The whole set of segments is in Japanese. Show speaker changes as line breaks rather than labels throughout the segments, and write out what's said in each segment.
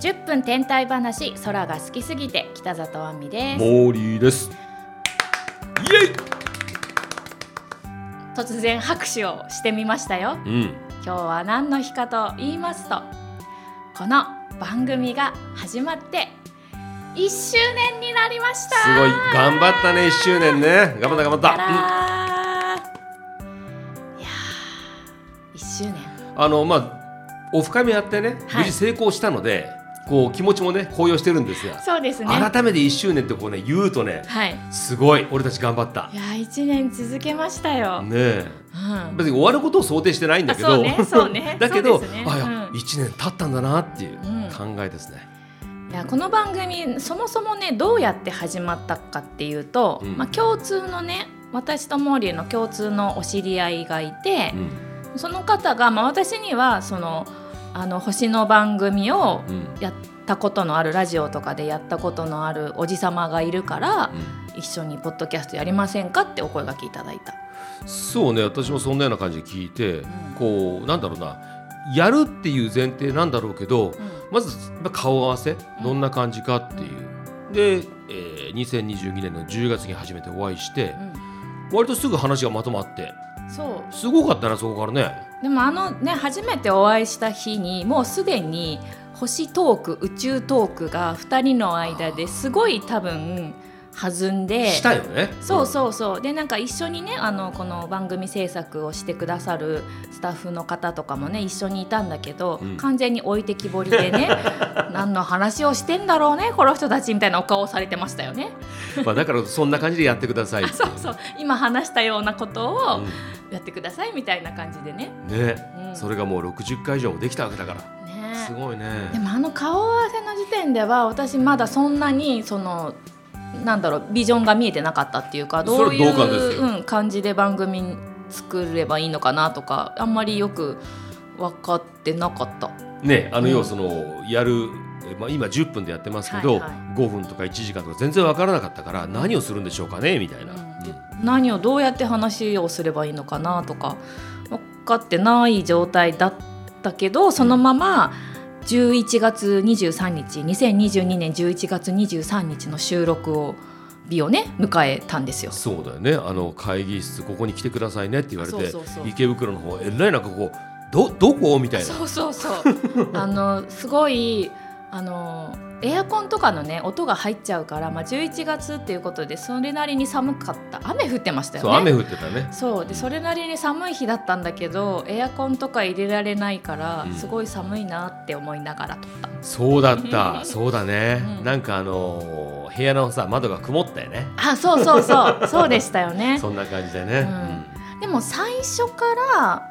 10分天体話空が好きすぎて北里亜美です
モーリーです。イエイ。
突然拍手をしてみましたよ
うん。
今日は何の日かと言いますとこの番組が始まって1周年になりました
すごい頑張ったね一周年ね。頑張った頑張っ
や
た。
らーいやー1周年
うんあのまあオフ会もやってね
はい
無事成功したので、こう気持ちもね高揚してるんですが、
そうですね
改めて一周年ってこうね言うとね
はい
すごい俺たち頑張った
い。やー1年続けましたよ、
ねえ。
うん、
別に終わることを想定してないんだけ
あ
ど、
そうねそうね
だけど、
そうですね
あいや
うん
1年経ったんだなっていう考えですね。
いやこの番組そもそもねどうやって始まったかっていうと、
うん
まあ、共通のね私と毛利の共通のお知り合いがいて
う、ん
その方が、まあ、私にはそのあの星の番組を
うん
やったことのあるラジオとかでやったことのあるおじ様がいるから、一緒にポッドキャストやりませんかってお声がけいただいた。
うんそうね私もそんなような感じで聞いて、こうなんだろうなやるっていう前提なんだろうけど、
うん
まずまあ顔合わせどんな感じかっていう。で、えー2022年の10月に初めてお会いして割とすぐ話がまとまって
うんそう
すごかったなそこからね。
でもあのね初めてお会いした日にもうすでに星トーク宇宙トークが2人の間ですごい多分弾んで
したよね。
そうそうそうでなんか一緒にねあのこの番組制作をしてくださるスタッフの方とかもね一緒にいたんだけど、
うん
完全に置いてきぼりで ね何の話をしてんだろうねこの人たちみたいなお顔をされてましたよね。
まあだからそんな感じでやってくださいっ
あ
てい
そうそう今話したようなことを
うん
やってくださいみたいな感じでね。
ね、
うん
それがもう60回以上もできたわけだから、
ね
すごいね
でもあの顔合わせの時点では私まだそんなにそのなんだろうビジョンが見えてなかったっていうかどうい
それは同感です
う、
よ
うん、感じで番組作ればいいのかなとかあんまりよく分かってなかった。
ねあの
うん
要はそのやる、えまあ、今10分でやってますけど、
はいは
5分とか1時間とか全然わからなかったから何をするんでしょうかねみたいな、
何をどうやって話をすればいいのかなとか分かってない状態だったけどそのまま11月23日2022年11月23日の収録を日をね迎えたんですよ。
そうだよねあの会議室ここに来てくださいねって言われて
そうそうそう
池袋の方えらいなんかこうどどこみたいな
そうそうそう あのすごいあのエアコンとかのね音が入っちゃうから、まあ、11月っていうことでそれなりに寒かった雨降ってましたよ
そう
ね
雨降ってたね
そうでそれなりに寒い日だったんだけどエアコンとか入れられないから
うん
すごい寒いなって思いながら撮った、
そうだったそうだね、
うん
なんかあのー部屋のさ窓が曇ったよね
あそうそうそう そうでしたよね
そんな感じでね、
うんでも最初から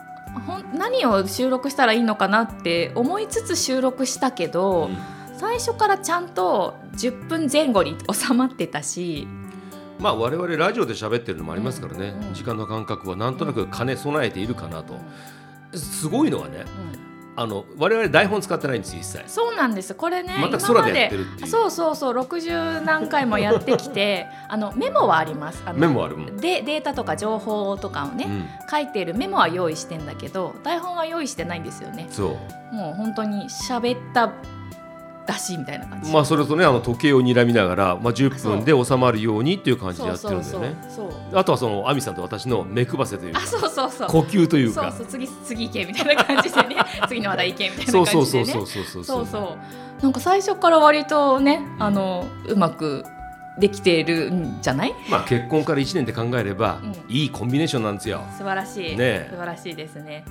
ほん何を収録したらいいのかなって思いつつ収録したけ
うん
ど、
うん
最初からちゃんと10分前後に収まってたし
まあ我々ラジオで喋ってるのもありますからね、
うんうん
時間の感覚はなんとなく兼ね備えているかなと、すごいのはね
うん
あの我々台本使ってないんですよ一切
そうなんですこれね
全く
今ま
空でやってるってい
あ
う
そうそうそう60何回もやってき てあのメモはありますあの
メモあるもん、
でデータとか情報とかをね、
うん
書いているメモは用意してんだけど台本は用意してないんですよね
そ
もう本当に喋っただしみたいな感
う
じ、
まあそれとねあの時計を睨みながら、まあ、10
そう
分で収まるようにっていう感じで
そ
や
う
ってる
そ
ん
う
だ
そ
よ
う
ね
そう
あとはその亜美さんと私の目くばせという
あ
か
そうそうそう
呼吸という
そう
か
そう次次行けみたいな感じでね次の話題行けみたいな
そう
感じでね
そうそうそうそうそう
そうそうなんか最初から割とねあのうまくできているんじゃない
まあ結婚から1年で考えれば、
うん
いいコンビネーションなんですよ
素晴らしい、
ねえ
素晴らしいですね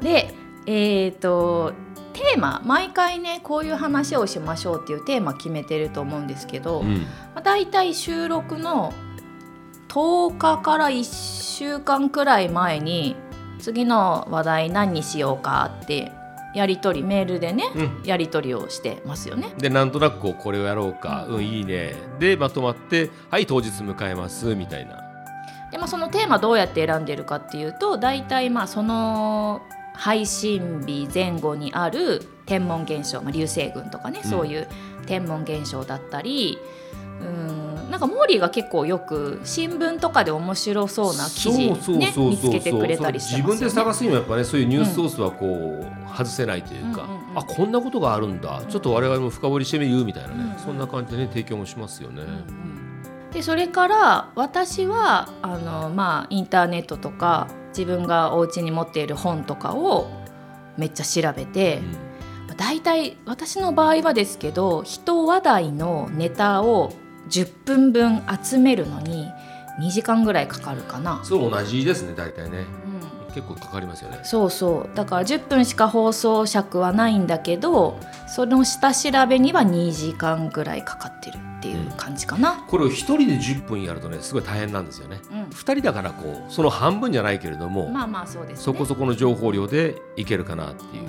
でえっ、とテーマ毎回ねこういう話をしましょうっていうテーマ決めてると思うんですけど、
う
ま
ん
あ、大体収録の10日から1週間くらい前に次の話題何にしようかってやり取りメールでね
うん
やり取りをしてますよね。
でなんとなくこうこれをやろうか、
うん
うんいいねでまとまってはい当日迎えますみたいな
でまあ、そのテーマどうやって選んでるかっていうと大体まあその配信日前後にある天文現象、まあ、流星群とかね、
うん
そういう天文現象だったりうんなんかモーリーが結構よく新聞とかで面白そうな記事、
そう
ね、
そう
見
そ
つ
うそう
けてくれたりしてますよ、ね、
自分で探すにはやっぱねそういうニュースソースはこう、外せないというか、
うんうんうん
あこんなことがあるんだちょっと我々も深掘りしてみるみたいなね、
うんうん
そんな感じでね提供もしますよね。
でそれから私はあの、まあ、インターネットとか自分がお家に持っている本とかをめっちゃ調べて、大体私の場合はですけど人話題のネタを10分分集めるのに2時間ぐらいかかるかな。
そう同じですね大体ね
うん
結構かかりますよね。
そうそうだから10分しか放送尺はないんだけどその下調べには2時間ぐらいかかってるっていう感じかな。
これを一人で10分やるとねすごい大変なんですよね。
うん
二人だからこうその半分じゃないけれども、
まあまあそうです、ね、
そこそこの情報量でいけるかなっていう。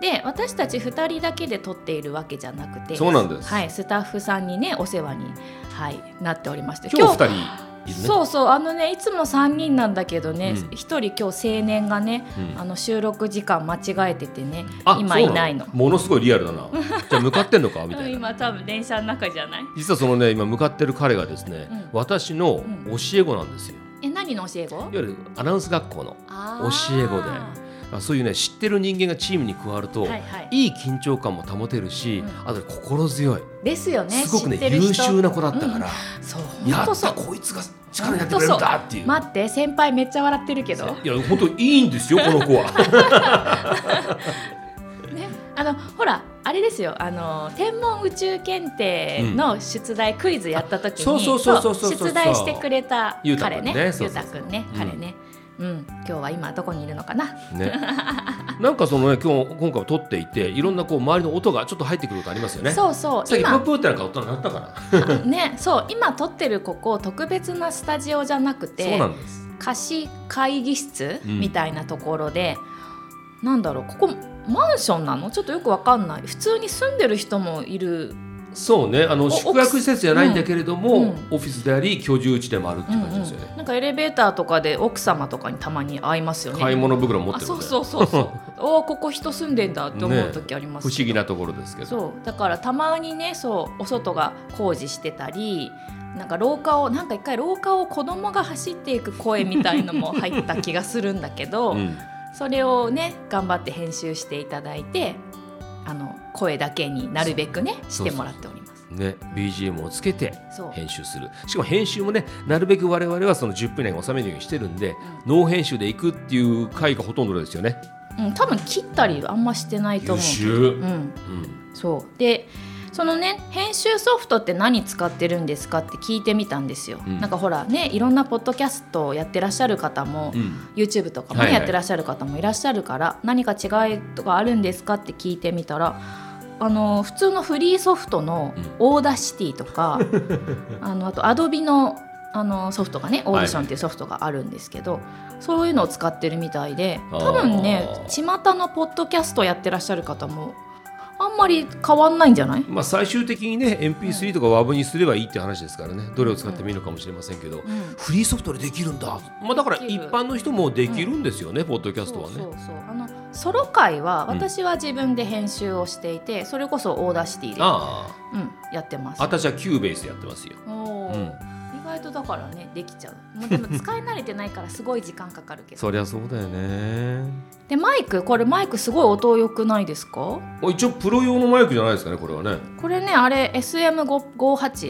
で私たち2人だけで撮っているわけじゃなくて
そうなんです
はい、スタッフさんにねお世話に、はい、なっておりまして
今日二人いるね。
そうそうあのねいつも3人なんだけどね、
うん
一1人今日青年がね
うん
あの収録時間間違えててね
あ
今
そう
いないの
ものすごいリアルだな。じゃあ向かってんのかみた
うん
いな。
今多分電車の中じゃない
実はそのね今向かってる彼がですね、
うん
私の教え子なんですよ。
え何の教え子
いわゆるアナウンス学校の
あ
教
ー
え子でまあそういうね知ってる人間がチームに加わると、
はい
い
はい、
い緊張感も保てるし、
うん
あと心強い、
ですよね
すごくね
知ってる人
優秀な子だったから、
そう
や
本
っ
当そ
た
う
こいつが力になってくれるんだっていう。
待って先輩めっちゃ笑ってるけど
いや本当いいんで すよこの子は。
ね、あのほらあれですよあの天文宇宙検定の出題、クイズやった時に
そうそうそうそうそう
出題してくれた
ゆうたく
彼
ん
ね
ね
ゆう
そうそう
た
そう
くんね
うん
彼ね、うん今日は今どこにいるのかな
ね、なんかそのね今日今回撮っていていろんなこう周りの音がちょっと入ってくることありますよね。
そうそう
さっきプー
今
プーってなんか音が鳴ったから。
ねそう今撮ってるここ特別なスタジオじゃなく
そう
て
なんです。
貸し会議室
うん
みたいなところで、なんだろうここマンションなのちょっとよくわかんない普通に住んでる人もいる
そうねあの
お
宿泊施設じゃないんだけれども、
うん
オフィスであり居住地でもあるっていう感じですよ
うん
ね
う。んなんかエレベーターとかで奥様とかにたまに会いますよね
買い物袋持
あ
ってる
そ
の
う
で
そうそう そうおーここ人住んでんだって思う時ありま
不
す
思議なところですけど。
そうだからたまにねそうお外が工事してたりなんか廊下をなんか一回廊下を子供が走っていく声みたいのも入った気がするんだけど、
うん
それをね頑張って編集していただいてあの声だけになるべくね
そ
して
う
もらっております。
ね、BGM をつけて
そう
編集するしかも編集もねなるべく我々はその10分以内に収めるようにしてるんで、ノー編集でいくっていう回がほとんどですよね
うん、多分切ったりあんましてないと
優
思
秀、
う。
うん
うん、そうでそのね編集ソフトって何使ってるんですかって聞いてみたんですよ、
うん
なんかほらねいろんなポッドキャストをやってらっしゃる方も、
うん
YouTube とかも
はいはい
やってらっしゃる方もいらっしゃるから、何か違いとかあるんですかって聞いてみたらあの普通のフリーソフトの
うん
オーダーシティと か、あのあと Adobe のあのソフトがねオーディションっていうソフトがあるんですけど、そういうのを使ってるみたいで多分ね
あ
巷のポッドキャストやってらっしゃる方もあんまり変わんないんじゃない、
まあ、最終的にね MP3 とか WAV にすればいいって話ですからねどれを使ってもいいのかもしれませんけど、
うん
フリーソフトでできるんだ、まあ、だから
でき
一
る
般の人もできるんですよね、ポッドキャストはね
そうそうそうあのソロ会は
うん
私は自分で編集をしていて、それこそオーダーシティで、
あ
うん、やってます
あ私はキューベースでやってますよ、
おー
うん、
意外とだからねできちゃう、まあ、で も使い慣れてないからすごい時間かかるけど
そりゃそうだよね
でマイクこれマイクすごい音良くないですか
あ一応プロ用のマイクじゃないですかねこれはね
これねあれ SM58 あ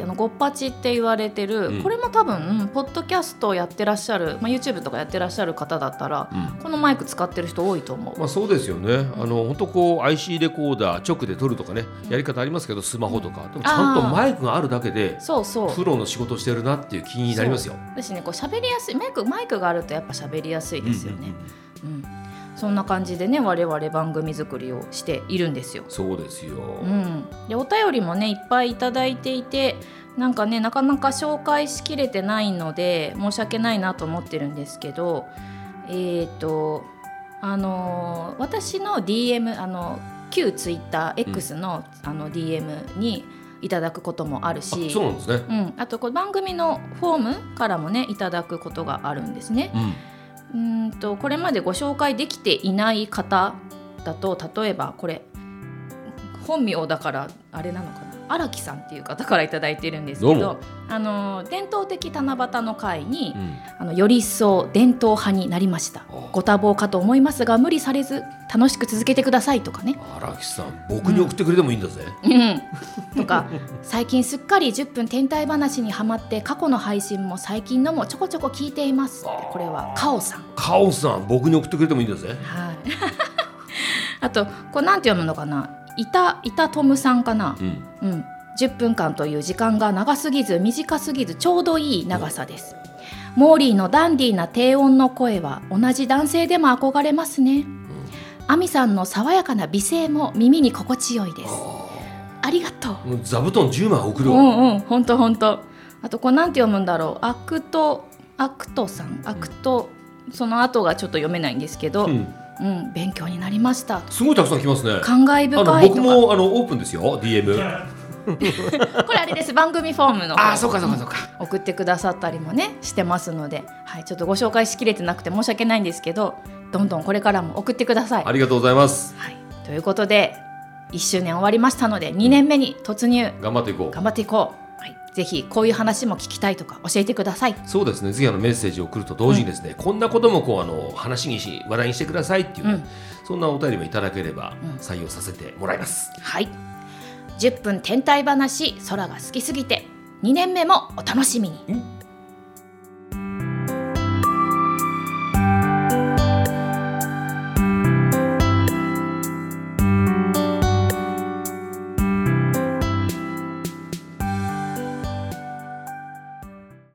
の58って言われてる、
うん
これも多分うんポッドキャストやってらっしゃる、まあ、YouTube とかやってらっしゃる方だったら
うん
このマイク使ってる人多いと思う、
まあそうですよね。あの本当こう IC レコーダー直で撮るとかね、やり方ありますけどスマホとか、でもちゃんとマイクがあるだけで
そうそう
プロの仕事してるなっていう気になりますよ。
私ねこう喋りやすいマイクマイクがあるとやっぱ喋りやすいですよ
うんうんう
ね
ん
うん、そんな感じでね我々番組作りをしているんですよ
そうですよ。
うん、でお便りもねいっぱいいただいていてなんかねなかなか紹介しきれてないので申し訳ないなと思ってるんですけどえっ、とあのー私の DM あの旧 TwitterX の,、あの DM にいただくこともある
あ
し
そうなんですね。
うん、あとこう番組のフォームからもねいただくことがあるんですね。
うん。
うーんとこれまでご紹介できていない方だと例えばこれ本名だからあれなのかな荒木さんっていう方から頂いいてるんです
ど
け
う
ど
も
あの伝統的七夕の会に、
うん
あのより一層伝統派になりました
あ
ご多忙かと思いますが無理されず楽しく続けてくださいとかね、
荒木さん僕に送ってくれてもいいんだぜ、
うん、とか最近すっかり10分天体話にはまって過去の配信も最近のもちょこちょこ聞いていますってこれはカオさん、
カオンさん僕に送ってくれてもいいんだぜ
はい、あとこれなんて読むのかな板板トムさんかな
う、ん
うん、10分間という時間が長すぎず短すぎずちょうどいい長さですモーリーのダンディーな低音の声は同じ男性でも憧れますねアミさんの爽やかな美声も耳に心地よいですありがとう
もう座布団10枚送る
う
わ、
んうんほんとほんとあとこれなんて読むんだろうアクトアクトさんアクト、その後がちょっと読めないんですけど、う
うんん、
勉強になりました
すごいたくさん来ますね
感慨
あの
深い
僕
と
もあのオープンですよ DM
かこれあれです番組フォームの
うかそうかそうか
送ってくださったりもねしてますので、はい、ちょっとご紹介しきれてなくて申し訳ないんですけどどんどんこれからも送ってください。
ありがとうございます
はい、ということで1周年終わりましたので2年目に突入
頑張っていこう
頑張っていこう、はい、ぜひこういう話も聞きたいとか教えてください。
そうですね次あのメッセージを送ると同時にですね、こんなこともこうあの話にし話題にしてくださいっていう、ね
うん
そんなお便りもいただければ
うん
採用させてもらいます、
はい、10分天体話空が好きすぎて2年目もお楽しみに
うん